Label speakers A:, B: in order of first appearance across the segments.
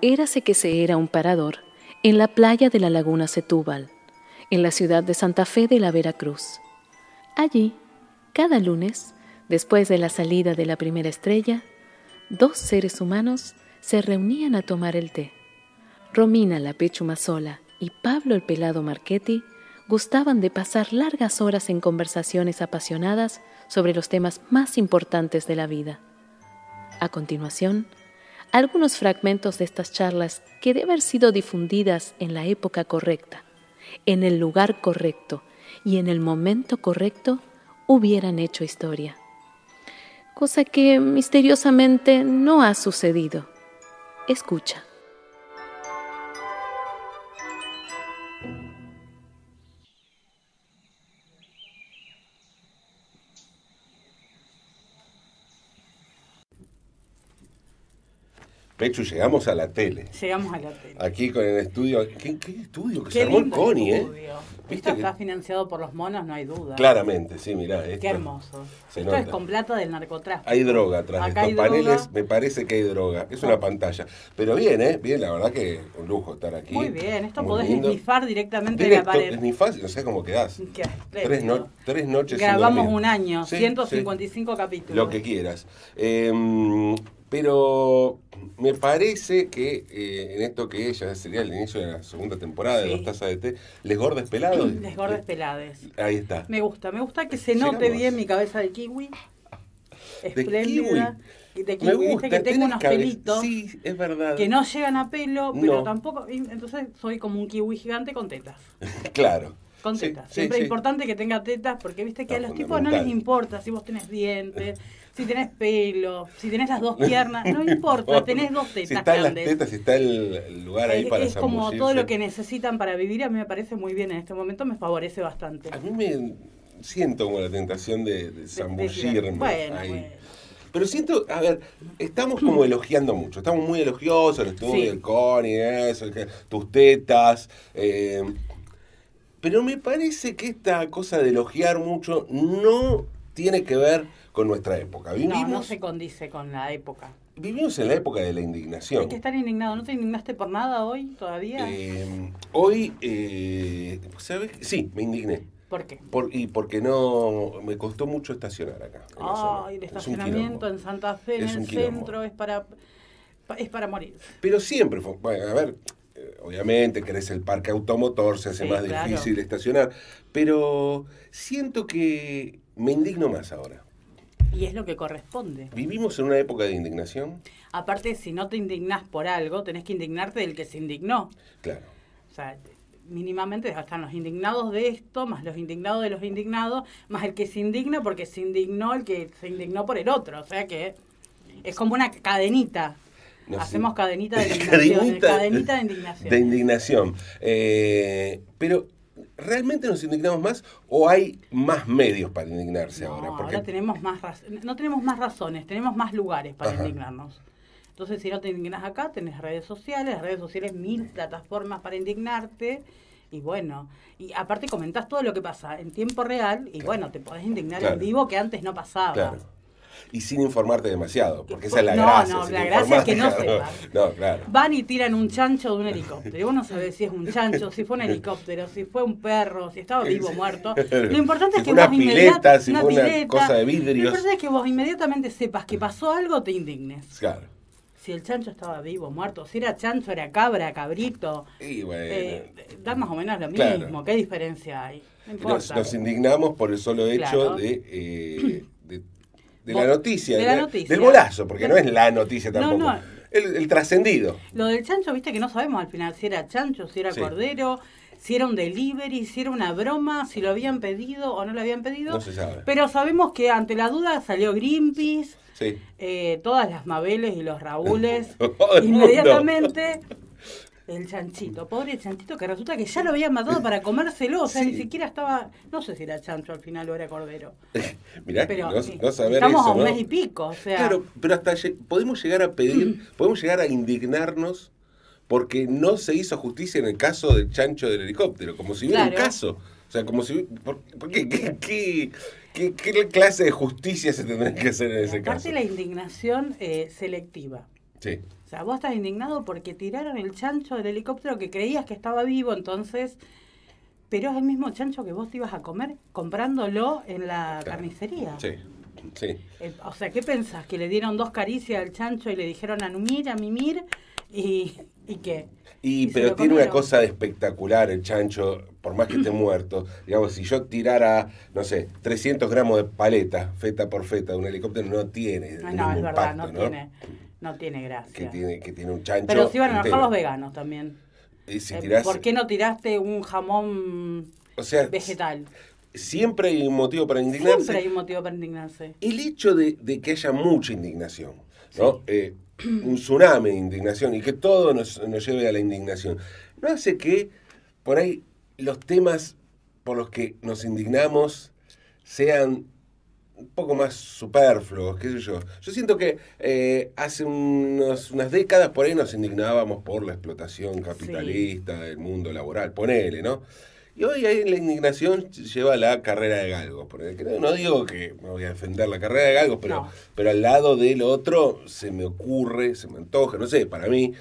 A: Érase que se era un parador en la playa de la laguna Setúbal, en la ciudad de Santa Fe de la Veracruz. Allí, cada lunes, después de la salida de la primera estrella, dos seres humanos se reunían a tomar el té. Romina la Pechumazola y Pablo el Pelado Marchetti gustaban de pasar largas horas en conversaciones apasionadas sobre los temas más importantes de la vida. A continuación, algunos fragmentos de estas charlas que deben haber sido difundidas en la época correcta, en el lugar correcto y en el momento correcto hubieran hecho historia. Cosa que misteriosamente no ha sucedido. Escucha.
B: Pechu, llegamos a la tele.
C: Llegamos a la tele.
B: Aquí con el estudio. ¿Qué, qué estudio? Que se armó el Connie, ¿eh?
C: Esto
B: que-
C: está financiado por los monos, no hay duda.
B: Claramente, sí, mirá. Esto,
C: Qué hermoso.
B: se
C: Esto
B: nota.
C: es con plata del narcotráfico.
B: Hay droga atrás de
C: Acá
B: estos
C: hay
B: paneles.
C: droga.
B: Me parece que hay droga. Es una pantalla. Pero bien, ¿eh? Bien, la verdad que un lujo estar aquí.
C: Muy bien, esto
B: Muy
C: podés
B: lindo.
C: esnifar directamente
B: Directo,
C: de la
B: es
C: pared.
B: ni fácil, no sé cómo quedás.
C: Qué
B: Tres,
C: espléndido.
B: no- tres noches sin
C: Grabamos
B: dormir.
C: un año,
B: Sí, sí.
C: 155 capítulos.
B: Lo que quieras. Eh, pero me parece que eh, en esto que ya sería el inicio de la segunda temporada de
C: Sí.
B: Los Tazas de Té, Les Gordes Pelados.
C: Las gordas pelades.
B: Ahí está.
C: Me gusta, me gusta que se
B: Llegamos.
C: note bien mi cabeza de kiwi. Espléndida. De kiwi,
B: Me
C: viste
B: gusta,
C: que tengo
B: tenés
C: unos
B: cabeza-
C: pelitos.
B: Sí, es verdad.
C: Que no llegan a pelo, pero
B: No.
C: tampoco. y Entonces soy como un kiwi gigante con tetas.
B: Claro.
C: Con
B: Sí,
C: tetas.
B: sí,
C: Siempre
B: sí.
C: es importante que tenga tetas porque viste que a
B: No,
C: los tipos no les
B: fundamental.
C: importa si vos tenés dientes, si tenés pelo, si tenés las dos piernas. No importa, tenés dos tetas
B: Si están las
C: grandes.
B: tetas, si está el el lugar ahí
C: es
B: para
C: es como
B: zambullirse.
C: todo lo que necesitan para vivir. A mí me parece muy bien en este momento, me favorece bastante.
B: A mí me siento como la tentación de, de zambullirme
C: Bueno,
B: ahí.
C: bueno.
B: Pero siento, a ver, estamos como elogiando mucho, estamos muy elogiosos, el estudio,
C: Sí.
B: el Connie, eso, el que- tus tetas. eh, pero me parece que esta cosa de elogiar mucho no tiene que ver con nuestra época. Vivimos,
C: No, no se condice con la época.
B: vivimos en la época de la indignación.
C: Hay que estar indignado. ¿No te indignaste por nada hoy todavía?
B: Eh, hoy, eh, ¿sabes? qué? Sí, me indigné.
C: ¿Por qué?
B: Por- y porque no me costó mucho estacionar acá. en la zona.
C: Ay, el
B: Es un
C: estacionamiento
B: quilombo.
C: en Santa Fe, en
B: Es un
C: el
B: quilombo.
C: centro, es para, pa- es para morir.
B: Pero siempre fue. Bueno, a ver, eh, obviamente querés el parque automotor, se hace
C: Sí,
B: más
C: claro.
B: difícil estacionar. Pero siento que me indigno más ahora.
C: Y es lo que corresponde.
B: Vivimos en una época de indignación.
C: Aparte, si no te indignás por algo, tenés que indignarte del que se indignó.
B: Claro.
C: O sea, mínimamente están los indignados de esto, más los indignados de los indignados, más el que se indigna porque se indignó el que se indignó por el otro. O sea que es como una cadenita.
B: No sé.
C: Hacemos cadenita de indignación. eh,
B: Cadenita-
C: cadenita de indignación.
B: De indignación. Eh, pero, ¿realmente nos indignamos más o hay más medios para indignarse
C: No,
B: ahora?
C: ahora
B: Porque
C: tenemos más raz- no tenemos más razones, tenemos más lugares para
B: Ajá.
C: indignarnos. Entonces, si no te indignas acá, tenés redes sociales, redes sociales, mil plataformas para indignarte. Y bueno, y aparte comentás todo lo que pasa en tiempo real y bueno, te podés indignar
B: Claro.
C: en vivo que antes no pasaba.
B: claro. Y sin informarte demasiado, porque esa es la
C: No,
B: gracia.
C: no,
B: si
C: la
B: te
C: gracia es
B: informás,
C: que no
B: claro.
C: sepas.
B: No, claro.
C: Van y tiran un chancho de un helicóptero. Y vos no sabés si es un chancho, si fue un helicóptero, si fue un perro, si estaba vivo o muerto. Lo importante
B: Si
C: es que
B: fue una
C: vos
B: pileta,
C: inmediatamente.
B: si fue una cosa de vidrios.
C: Lo importante es que vos inmediatamente sepas que pasó algo, te indignes.
B: Claro.
C: Si el chancho estaba vivo o muerto, si era chancho, era cabra, cabrito.
B: Y bueno.
C: Eh, da más o menos lo
B: Claro.
C: mismo. ¿Qué diferencia hay? No
B: nos,
C: importa.
B: nos indignamos por el solo hecho
C: Claro.
B: de, eh, de, de
C: Vos-
B: la noticia,
C: de la
B: la-
C: noticia.
B: del bolazo, porque no es la noticia
C: No,
B: tampoco.
C: no.
B: El, el trascendido.
C: Lo del chancho, viste que no sabemos al final si era chancho, si era
B: Sí.
C: cordero, si era un delivery, si era una broma, si lo habían pedido o no lo habían pedido.
B: No se sabe.
C: Pero sabemos que ante la duda salió Greenpeace,
B: Sí.
C: eh, todas las Mabeles y los Raúles.
B: Todo el mundo.
C: inmediatamente. El chanchito, pobre chanchito que resulta que ya lo habían matado para comérselo, o sea,
B: Sí.
C: ni siquiera estaba, no sé si era chancho al final o era cordero,
B: Mirá,
C: pero
B: no,
C: eh,
B: no saber
C: estamos
B: eso,
C: a un
B: ¿no?
C: mes y pico, o sea, Mm.
B: Claro, pero hasta lle- podemos llegar a pedir, podemos llegar a indignarnos porque no se hizo justicia en el caso del chancho del helicóptero, como si hubiera un
C: Claro.
B: caso. O sea, como si. hu- ¿Por, por qué, qué, qué- qué- qué clase de justicia se tendría que hacer en
C: y
B: ese
C: aparte
B: caso?
C: la indignación eh, selectiva.
B: Sí.
C: O sea, vos estás indignado porque tiraron el chancho del helicóptero que creías que estaba vivo, entonces. Pero es el mismo chancho que vos te ibas a comer comprándolo en la
B: Claro.
C: carnicería.
B: Sí. Sí.
C: El- Eh, o sea, ¿qué pensás? ¿Que le dieron dos caricias al chancho y le dijeron a mimir, a mimir? ¿Y, y qué?
B: Y,
C: Y se
B: pero
C: lo
B: tiene una
C: comieron.
B: cosa de espectacular el chancho, por más que esté muerto. Digamos, si yo tirara, no sé, 300 gramos de paleta, feta por feta, de un helicóptero, no tiene. el
C: Ah, No,
B: mismo
C: no, es verdad,
B: impacto,
C: no, tiene, no tiene gracia.
B: Que tiene, que tiene un chancho.
C: Pero si iban a enojar
B: entero.
C: los veganos también.
B: Y si
C: Eh,
B: tirás-
C: ¿Por qué no tiraste un jamón
B: O sea,
C: vegetal?
B: siempre hay un motivo para indignarse.
C: Siempre hay un motivo para indignarse.
B: El hecho de, de que haya mucha indignación, ¿no? Eh, un tsunami de indignación y que todo nos, nos lleve a la indignación, no hace que por ahí los temas por los que nos indignamos sean un poco más superfluos, qué sé yo. Yo siento que eh, hace unos- unas décadas por ahí nos indignábamos por la explotación capitalista del mundo laboral, ponele, ¿no? Y hoy ahí la indignación lleva a la carrera de galgos. Porque creo- no digo que me voy a defender la carrera de galgos, pero,
C: No.
B: pero al lado del otro se me ocurre, se me antoja, no sé, para mí,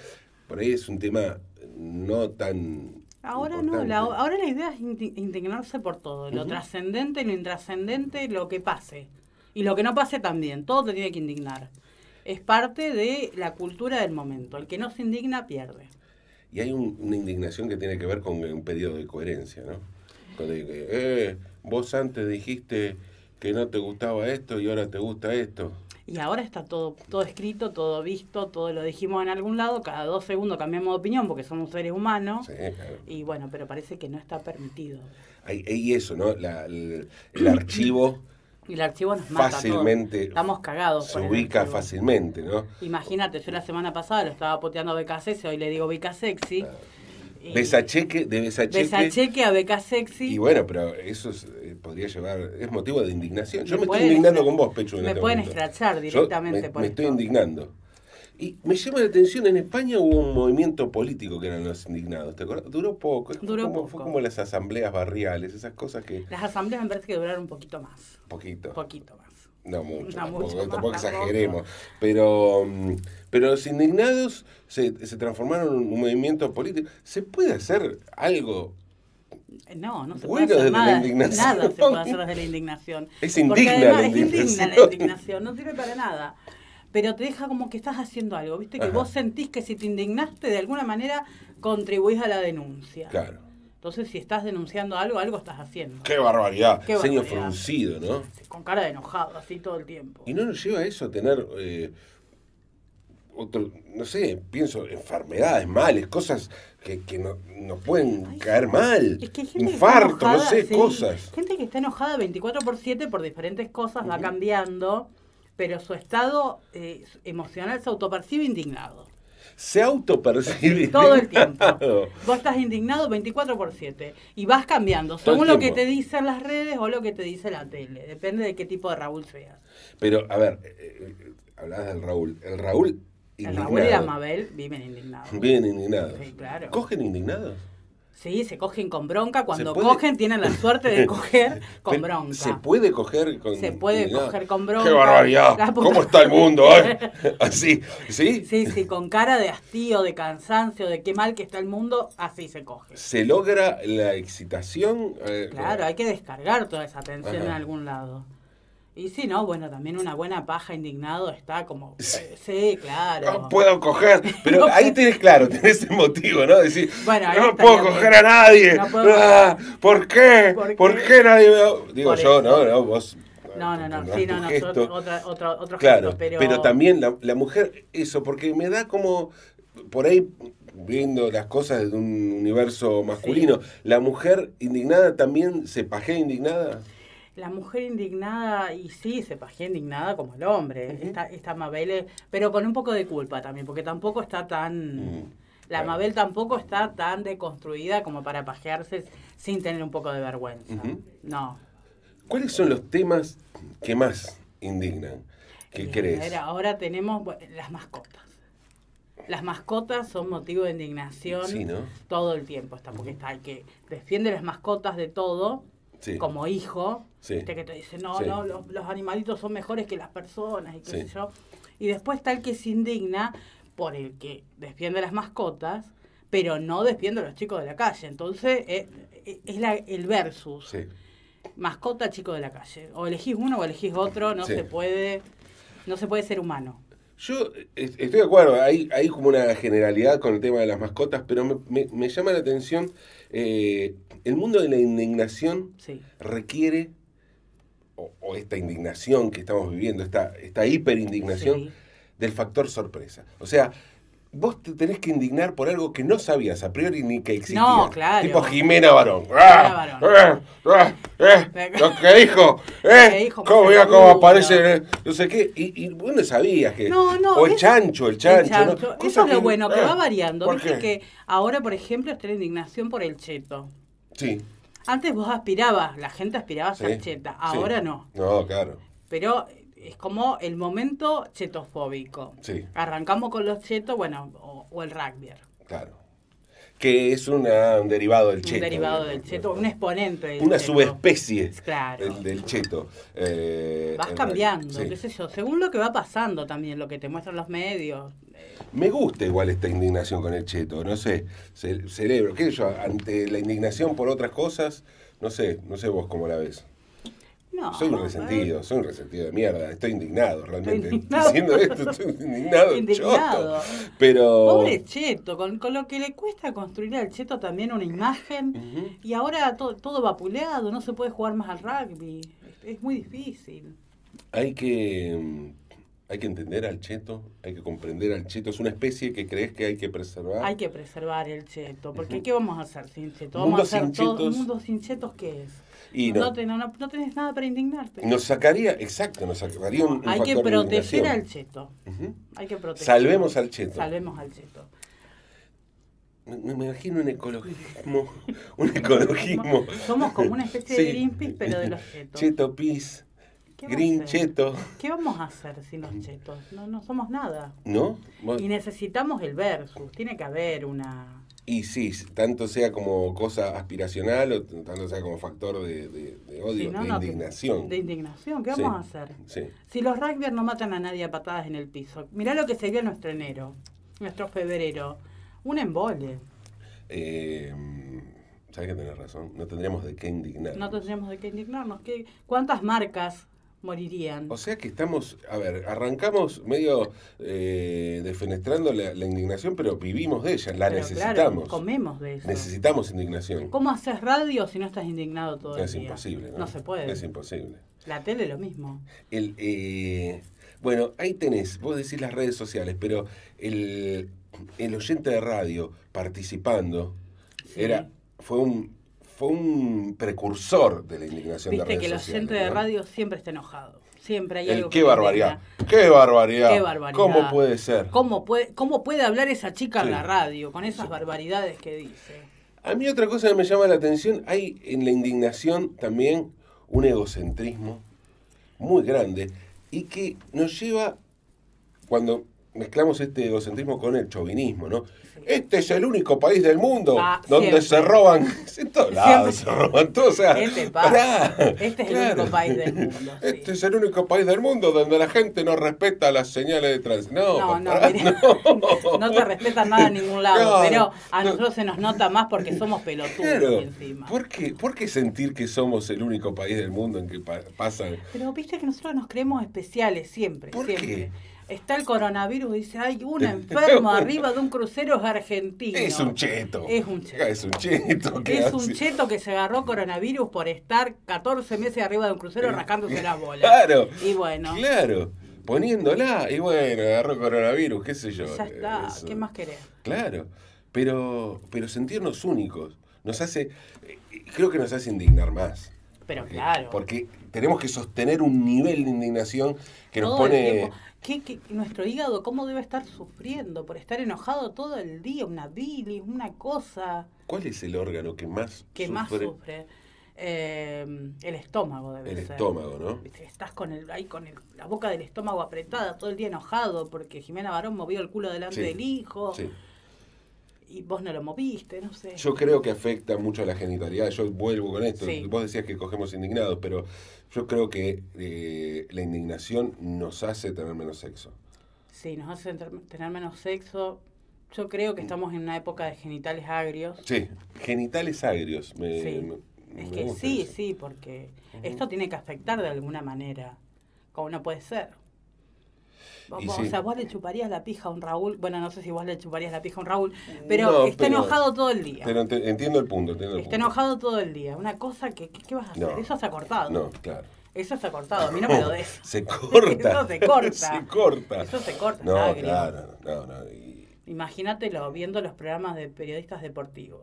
B: por ahí es un tema no tan.
C: Ahora no,
B: importante.
C: la, ahora la idea es indi- indignarse por todo, lo trascendente, lo intrascendente, lo que pase. Y lo que no pase también, todo te tiene que indignar. Es parte de la cultura del momento, el que no se indigna pierde.
B: Y hay un- una indignación que tiene que ver con un pedido de coherencia, ¿no? Con el que, eh, vos antes dijiste que no te gustaba esto y ahora te gusta esto.
C: Y ahora está todo, todo escrito, todo visto, todo lo dijimos en algún lado, cada dos segundos cambiamos de opinión porque somos seres humanos.
B: Sí, claro.
C: Y bueno, pero parece que no está permitido.
B: Hay, hay eso, ¿no? La- el- el archivo
C: Y el archivo nos mata a todos.
B: Fácilmente
C: Estamos cagados.
B: se
C: por el
B: ubica
C: archivo.
B: fácilmente, ¿no?
C: Imagínate, yo la semana pasada lo estaba poteando a Beca Sexy, hoy le digo Beca Sexy. Y
B: Besacheque, de Besacheque.
C: Besacheque a Beca Sexy.
B: Y bueno, pero eso es, eh, podría llevar. Es motivo de indignación. Yo
C: Me
B: me, estoy
C: pueden
B: indignando
C: escra-
B: con vos, Pecho. en
C: me
B: este
C: pueden
B: momento.
C: escrachar
B: Yo
C: directamente
B: me,
C: por
B: me
C: esto.
B: estoy indignando. Y me llama la atención: en España hubo un movimiento político que eran los indignados. ¿Te acuerdas? Duró poco. es
C: Duró
B: como,
C: poco.
B: Fue como las asambleas barriales, esas cosas que.
C: Las asambleas me parece que duraron un poquito más.
B: Poquito.
C: Un poquito más.
B: No mucho,
C: No
B: tampoco,
C: mucho, más
B: tampoco
C: tampoco.
B: exageremos. Pero, mm, pero los indignados se, se transformaron en un movimiento político. ¿Se puede hacer algo?
C: Eh, No, no se
B: Bueno,
C: puede
B: desde
C: hacer
B: la
C: nada.
B: indignación.
C: Nada se puede hacer desde la indignación.
B: Es
C: Porque
B: indigna
C: además
B: la
C: es indigna la
B: indignación.
C: indignación, no sirve para nada. Pero te deja como que estás haciendo algo, ¿viste? Que
B: Ajá.
C: vos sentís que si te indignaste de alguna manera contribuís a la denuncia.
B: Claro.
C: Entonces, si estás denunciando algo, algo estás haciendo.
B: ¡Qué barbaridad!
C: Qué
B: Ceño
C: barbaridad.
B: fruncido, ¿no?
C: Con cara de enojado, así todo el tiempo.
B: Y no nos lleva a eso a tener eh, otro, no sé, pienso, enfermedades, males, cosas que, que no- nos pueden
C: Ay,
B: caer mal.
C: Es que hay gente que está
B: Infarto, no
C: enojada,
B: sé,
C: sí.
B: cosas.
C: Gente que está enojada 24 por 7 por diferentes cosas, va cambiando, pero su estado eh, emocional se autopercibe indignado.
B: Se autopercibe.
C: Todo el tiempo.
B: indignado.
C: Vos estás indignado 24 por 7 y vas cambiando,
B: Todo el
C: según lo que
B: tiempo.
C: te dicen las redes o lo que te dice la tele. Depende de qué tipo de Raúl seas.
B: Pero, a ver, eh, eh, hablabas del Raúl. El Raúl
C: El
B: indignado.
C: Raúl y la Mabel viven indignados.
B: Bien indignados.
C: Sí, claro.
B: ¿Cogen indignados?
C: Sí, se cogen con bronca. Cuando
B: puede-
C: cogen, tienen la suerte de coger con
B: Pero,
C: bronca.
B: ¿Se puede coger con
C: Se puede
B: indignados?
C: coger con bronca.
B: ¡Qué barbaridad!
C: La puta-
B: ¿Cómo está el mundo hoy? Así, ¿sí?
C: Sí, sí, con cara de hastío, de cansancio, de qué mal que está el mundo, así se coge.
B: ¿Se logra la excitación? Eh,
C: Claro, hay que descargar toda esa tensión en
B: Ajá.
C: algún lado. Y si no, bueno, también una buena paja indignado está como...
B: Sí.
C: eh, Sí, claro.
B: No puedo coger, pero ahí tenés claro, tenés el motivo, ¿no? Decir,
C: Bueno, ahí
B: no
C: está
B: puedo
C: bien.
B: coger a nadie.
C: No puedo-
B: Ah, ¿Por qué? ¿Por
C: ¿Por
B: qué,
C: qué?
B: nadie me.? Digo
C: Por
B: yo,
C: eso.
B: no, no, vos.
C: No, no, no,
B: tendrás
C: sí,
B: tu
C: no, no,
B: gesto.
C: otro, otra- otro, otro
B: Claro,
C: gesto,
B: pero,
C: pero...
B: también la, la mujer, eso, porque me da como, por ahí viendo las cosas desde un universo masculino, la mujer indignada también se pajea indignada.
C: La mujer indignada, y sí, se pajea indignada como el hombre, esta, esta Mabel, es- pero con un poco de culpa también, porque tampoco está tan...
B: Mm,
C: La
B: claro.
C: Mabel tampoco está tan deconstruida como para pajearse sin tener un poco de vergüenza.
B: Ujú.
C: No.
B: ¿Cuáles son los temas que más indignan? ¿Qué
C: Eh, a
B: crees?
C: ver, ahora tenemos bueno, las mascotas. Las mascotas son motivo de indignación
B: Sí, ¿no?
C: todo el tiempo. Está, porque está el que defiende las mascotas de todo,
B: Sí.
C: como hijo,
B: Sí.
C: viste, que te dice, no,
B: Sí.
C: no, los, los animalitos son mejores que las personas y qué
B: Sí.
C: sé yo. Y después está el que se indigna por el que defiende las mascotas, pero no defiende a los chicos de la calle. Entonces, eh, eh, es la- el versus.
B: Sí.
C: Mascota, chico de la calle. O elegís uno o elegís otro, no
B: Sí.
C: se puede, no se puede ser humano.
B: Yo es- estoy de acuerdo, hay, hay como una generalidad con el tema de las mascotas, pero me, me- me llama la atención, eh, el mundo de la indignación
C: Sí.
B: requiere, o, o esta indignación que estamos viviendo, esta, esta hiperindignación,
C: Sí.
B: del factor sorpresa. O sea, vos te tenés que indignar por algo que no sabías a priori ni que existía.
C: No, claro.
B: Tipo Jimena Barón. ¡Ah! ¡Ah! ¡Ah! ¡Ah! Lo que dijo, ¿eh?
C: que dijo,
B: ¿Cómo,
C: porque
B: mira
C: no
B: cómo
C: hubo.
B: aparece? eh, No sé qué. Y, y vos no sabías que.
C: No, no,
B: O el
C: es-
B: chancho, el chancho.
C: El chancho.
B: ¿no?
C: Eso
B: Cosas
C: es lo
B: que-
C: bueno, que
B: ah,
C: va variando.
B: ¿por
C: Viste
B: qué?
C: que ahora, por ejemplo, está la indignación por el cheto.
B: Sí.
C: Antes vos aspirabas, la gente aspiraba a ser
B: sí,
C: cheta,
B: sí.
C: ahora no.
B: No, claro.
C: Pero es como el momento chetofóbico.
B: Sí.
C: Arrancamos con los chetos, bueno, o, o el rugby.
B: Claro. Que es una, un derivado del cheto.
C: un derivado del
B: digamos,
C: cheto,
B: ¿no?
C: un exponente del
B: Una
C: cheto.
B: subespecie
C: Claro.
B: del, del cheto. eh,
C: Vas
B: en realidad.
C: cambiando,
B: Sí.
C: qué sé yo, según lo que va pasando también, lo que te muestran los medios.
B: Me gusta igual esta indignación con el cheto, no sé, ce- celebro, qué sé yo, ante la indignación por otras cosas, no sé, no sé vos cómo la ves.
C: No,
B: soy un
C: eh,
B: resentido, soy un resentido de mierda, estoy indignado realmente.
C: Estoy indignado.
B: Diciendo esto, estoy indignado,
C: Indignado.
B: choto. Pero
C: Pobre Cheto, con, con lo que le cuesta construir al Cheto también una imagen.
B: Ujú.
C: Y ahora to- todo vapuleado, no se puede jugar más al rugby. Es, es muy difícil.
B: hay que mm, hay que entender al cheto, hay que comprender al cheto, es una especie que crees que hay que preservar.
C: Hay que preservar el Cheto, porque ¿qué vamos a hacer sin Cheto?
B: Mundo
C: Vamos a hacer
B: sin
C: todo
B: chetos.
C: un mundo sin Chetos, ¿qué es?
B: Y
C: no,
B: no.
C: ten- no- no tenés nada para indignarte.
B: Nos sacaría, exacto, nos sacaría un, un
C: Hay que
B: factor de indignación.
C: proteger al Cheto.
B: Ujú.
C: Hay que proteger.
B: Salvemos al cheto.
C: Salvemos al Cheto.
B: Me, me imagino un ecologismo. Un ecologismo.
C: Somos como una especie de
B: Sí.
C: Greenpeace, pero de los Chetos.
B: Cheto Pis,
C: ¿Qué vamos a
B: Green
C: hacer?
B: Cheto.
C: ¿Qué vamos a hacer sin los Chetos? No, no somos nada.
B: ¿No? Vos-
C: Y necesitamos el versus, tiene que haber una...
B: Y sí, tanto sea como cosa aspiracional o t- tanto sea como factor de, de- de
C: si
B: odio,
C: no,
B: de
C: no,
B: indignación.
C: De indignación, ¿qué
B: Sí.
C: vamos a hacer?
B: Sí.
C: Si los rugbyers no matan a nadie a patadas en el piso, mirá lo que sería nuestro enero, nuestro febrero, un embole,
B: Eh, Sabes que tenés razón, no tendríamos de qué indignar.
C: no tendríamos de qué indignarnos, ¿Qué, ¿cuántas marcas morirían?
B: O sea que estamos, a ver, arrancamos medio eh, defenestrando la, la indignación, pero vivimos de ella, la
C: Pero
B: necesitamos.
C: Claro, comemos de eso.
B: necesitamos indignación.
C: ¿Cómo haces radio si no estás indignado todo el
B: Es
C: día?
B: imposible, ¿no?
C: No se puede.
B: Es imposible.
C: La tele lo mismo.
B: El, eh, bueno, ahí tenés, vos decís las redes sociales, pero el, el oyente de radio participando
C: Sí.
B: era, fue un fue un precursor de la indignación de
C: Viste
B: redes
C: que el
B: sociales.
C: oyente de
B: ¿no?
C: radio siempre está enojado. Siempre hay
B: El,
C: algo
B: qué
C: que le
B: barbaridad,
C: indigna.
B: qué barbaridad.
C: Qué barbaridad.
B: ¿Cómo puede ser?
C: ¿Cómo puede, cómo puede hablar esa chica
B: Sí.
C: en la radio con esas
B: Sí.
C: barbaridades que dice?
B: A mí otra cosa que me llama la atención, hay en la indignación también un egocentrismo muy grande y que nos lleva, cuando mezclamos este egocentrismo con el chauvinismo, ¿no? Este es el único país del mundo
C: Ah,
B: donde
C: siempre.
B: se roban, en todos lados se
C: Siempre.
B: roban todo, o sea,
C: ¿Qué te pasa? Este es el único país del mundo, sí.
B: Este es el único país del mundo donde la gente no respeta las señales de tránsito. No,
C: No, no,
B: pará,
C: mirá, no. te respetan nada en ningún lado,
B: Claro,
C: pero a
B: no.
C: nosotros se nos nota más porque somos pelotudos
B: Claro,
C: encima.
B: ¿por qué, ¿por qué sentir que somos el único país del mundo en que pa- pasan?
C: Pero viste que nosotros nos creemos especiales siempre,
B: ¿Por
C: siempre. Está el coronavirus, dice, hay un enfermo arriba de un crucero es argentino.
B: Es un cheto.
C: Es un cheto.
B: Es un cheto. que
C: Es un
B: hace-
C: cheto que se agarró coronavirus por estar 14 meses arriba de un crucero rascándose las bolas.
B: Eh, Claro.
C: Y bueno,
B: Claro. Poniéndola. Y bueno, agarró coronavirus, qué sé yo.
C: ya está.
B: Eso.
C: ¿Qué más querés?
B: Claro. Pero, pero sentirnos únicos nos hace. eh, Creo que nos hace indignar más.
C: Pero
B: Porque-
C: claro.
B: Porque tenemos que sostener un nivel de indignación que nos
C: todo el
B: pone.
C: tiempo. ¿Qué- qué- nuestro hígado, ¿cómo debe estar sufriendo por estar enojado todo el día? Una bilis, una cosa
B: ¿Cuál es el órgano que más
C: que más sufre. Eh, el estómago debe
B: El
C: ser.
B: estómago, ¿no?
C: Viste, Estás con el, ahí con el- la boca del estómago apretada, todo el día enojado porque Jimena Barón movió el culo delante
B: Sí,
C: del hijo
B: Sí.
C: y vos no lo moviste, no sé.
B: Yo creo que afecta mucho a la genitalidad. Yo vuelvo con esto.
C: Sí.
B: Vos decías que cogemos indignados, pero yo creo que eh, la indignación nos hace tener menos sexo.
C: Sí, nos hace ter- tener menos sexo. Yo creo que
B: Mm.
C: estamos en una época de genitales agrios.
B: Sí, genitales agrios. me-
C: Sí.
B: Eh, me-
C: es
B: me
C: que
B: gusta
C: sí,
B: eso.
C: sí, porque esto tiene que afectar de alguna manera. Como no puede ser. Vos-
B: Y
C: vos-
B: sí.
C: O sea, vos le chuparías la pija a un Raúl. Bueno, no sé si vos le chuparías la pija a un Raúl, pero
B: No,
C: está
B: pero-
C: enojado todo el día.
B: Pero ent- entiendo el punto, entiendo el
C: Está
B: punto.
C: enojado todo el día. Una cosa que, ¿qué, qué vas a hacer?
B: No.
C: Eso está cortado.
B: No, claro.
C: Eso está cortado. A mí no me lo des.
B: Se corta.
C: Eso se corta.
B: se corta.
C: Eso se corta,
B: No,
C: está agrio.
B: claro, no, no. y-
C: Imagínatelo viendo los programas de periodistas deportivos.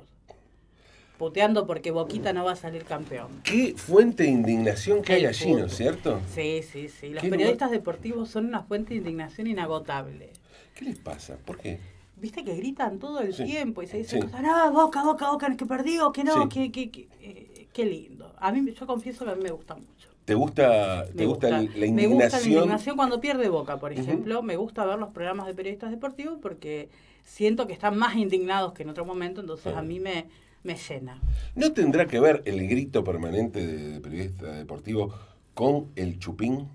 C: Puteando porque Boquita no va a salir campeón.
B: Qué fuente de indignación que hay
C: El
B: allí, ¿no
C: fútbol.
B: es cierto?
C: Sí, sí, sí. Los
B: ¿Qué
C: periodistas deportivos son una fuente de indignación inagotable.
B: ¿Qué les pasa? ¿Por qué?
C: Viste que gritan todo el
B: Sí.
C: tiempo y se dicen
B: Sí.
C: cosas, no, boca, boca, boca, que perdió, que no,
B: Sí.
C: que, que, que- eh, qué lindo. A mí, yo confieso que a mí me gusta mucho.
B: ¿Te gusta,
C: Me
B: te gusta, la- la
C: me gusta la
B: indignación?
C: indignación cuando pierde Boca, por
B: Ujú.
C: ejemplo. Me gusta ver los programas de periodistas deportivos porque siento que están más indignados que en otro momento, entonces
B: Sí.
C: a mí me, me llena.
B: ¿No tendrá que ver el grito permanente de, de periodista deportivo con el chupín?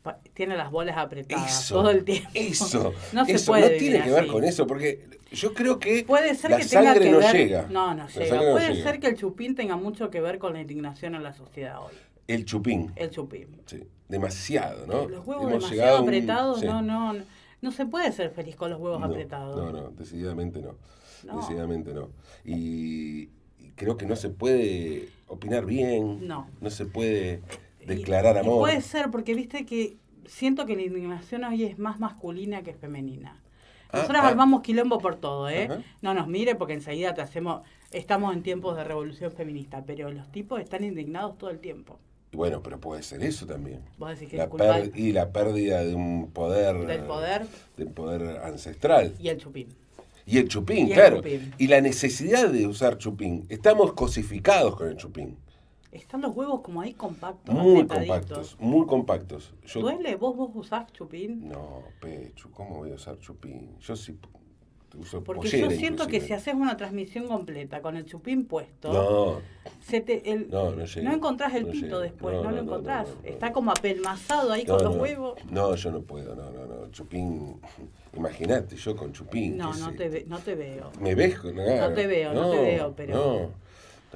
C: Pa- Tiene las bolas apretadas
B: Eso.
C: Ah, todo el tiempo.
B: Eso.
C: No se
B: eso,
C: puede
B: no
C: vivir
B: tiene que ver
C: así.
B: con eso, porque yo creo que
C: Puede ser
B: la
C: que tenga
B: sangre
C: que
B: no
C: ver...
B: llega.
C: No, no
B: La
C: llega.
B: sangre no
C: Puede
B: llega.
C: ser que el chupín tenga mucho que ver con la indignación en la sociedad hoy.
B: El chupín.
C: El chupín.
B: Sí. Demasiado, ¿no?
C: Los huevos
B: Hemos llegado a
C: demasiado
B: un-
C: apretados,
B: sí.
C: no, no, no. No se puede ser feliz con los huevos
B: No,
C: apretados.
B: No, no, decididamente no.
C: No.
B: Decididamente no. Y, y creo que no se puede opinar bien.
C: No.
B: No se puede
C: Y-
B: declarar
C: y
B: amor.
C: Puede ser, porque viste que siento que la indignación hoy es más masculina que femenina.
B: Ah,
C: Nosotras
B: ah.
C: armamos quilombo por todo, ¿eh?
B: Ajá.
C: No nos mire porque enseguida te hacemos... Estamos en tiempos de revolución feminista, pero los tipos están indignados todo el tiempo.
B: Y bueno, pero puede ser eso también.
C: Vos decís que
B: La
C: es culpa
B: per- y la pérdida de un poder.
C: del poder
B: De un poder ancestral.
C: y el chupín.
B: Y el chupín,
C: Y el
B: claro.
C: chupín.
B: Y la necesidad de usar chupín. Estamos cosificados con el chupín.
C: Están los huevos como ahí compactos,
B: Muy
C: apretaditos.
B: compactos, muy compactos. Yo-
C: ¿Duele? ¿Vos, ¿Vos usás chupín?
B: No, Pechu, ¿cómo voy a usar chupín? Yo sí p- uso
C: Porque
B: pollera,
C: yo siento que
B: inclusive.
C: si haces una transmisión completa con el chupín puesto,
B: No,
C: se te, el-
B: no, no llega.
C: no encontrás el
B: No
C: pito
B: llega.
C: después, no, lo encontrás.
B: no, no, no.
C: Está como apelmazado ahí
B: No,
C: con los
B: no.
C: huevos.
B: No, yo no puedo, no, no, no. Chupín, imagínate, yo con chupín.
C: No,
B: qué
C: no
B: sé.
C: te, ve- no te veo.
B: ¿Me ves? con- claro.
C: No te veo, no te veo, pero-
B: No,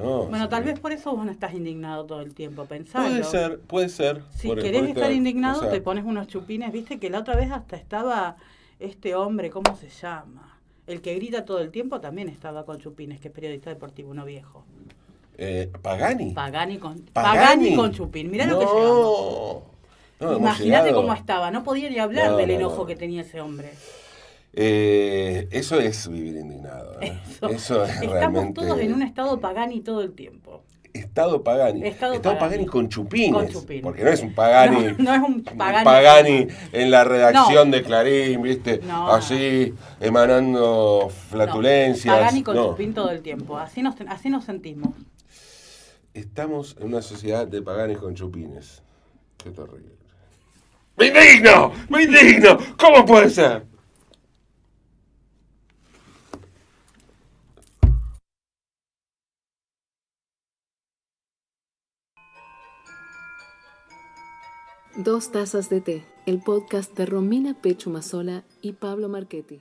B: no.
C: Bueno,
B: sí.
C: tal vez por eso vos no estás indignado todo el tiempo, pensando.
B: Puede ser, puede ser.
C: Si
B: por-
C: querés
B: por
C: estar
B: esta-
C: indignado,
B: o sea,
C: te pones unos chupines. Viste que la otra vez hasta estaba este hombre, ¿cómo se llama? El que grita todo el tiempo también estaba con chupines, que es periodista deportivo, uno viejo.
B: eh, Pagani.
C: Pagani con, Pagani con chupín. Mirá lo que llegamos.
B: No, hemos
C: Imagínate
B: llegado-
C: cómo estaba. No podía ni hablar
B: No,
C: del
B: no,
C: enojo
B: no.
C: que tenía ese hombre.
B: Eh, eso es vivir indignado. ¿eh? Eso,
C: Eso.
B: es
C: Estamos
B: realmente.
C: todos en un estado Pagani todo el tiempo.
B: Estado Pagani.
C: Estado
B: Pagani.
C: Pagani.
B: con chupines.
C: Con chupines.
B: Porque no es un Pagani.
C: No, no es un Pagani.
B: Pagani en la redacción de Clarín, ¿viste?
C: No.
B: Así, emanando flatulencias.
C: No, Pagani con
B: No.
C: chupín todo el tiempo. Así nos, así nos sentimos.
B: Estamos en una sociedad de Paganis con chupines. Qué terrible. ¡Me indigno! ¡Me indigno! ¿Cómo puede ser?
A: Dos tazas de té, el podcast de Romina Pechumazola y Pablo Marchetti.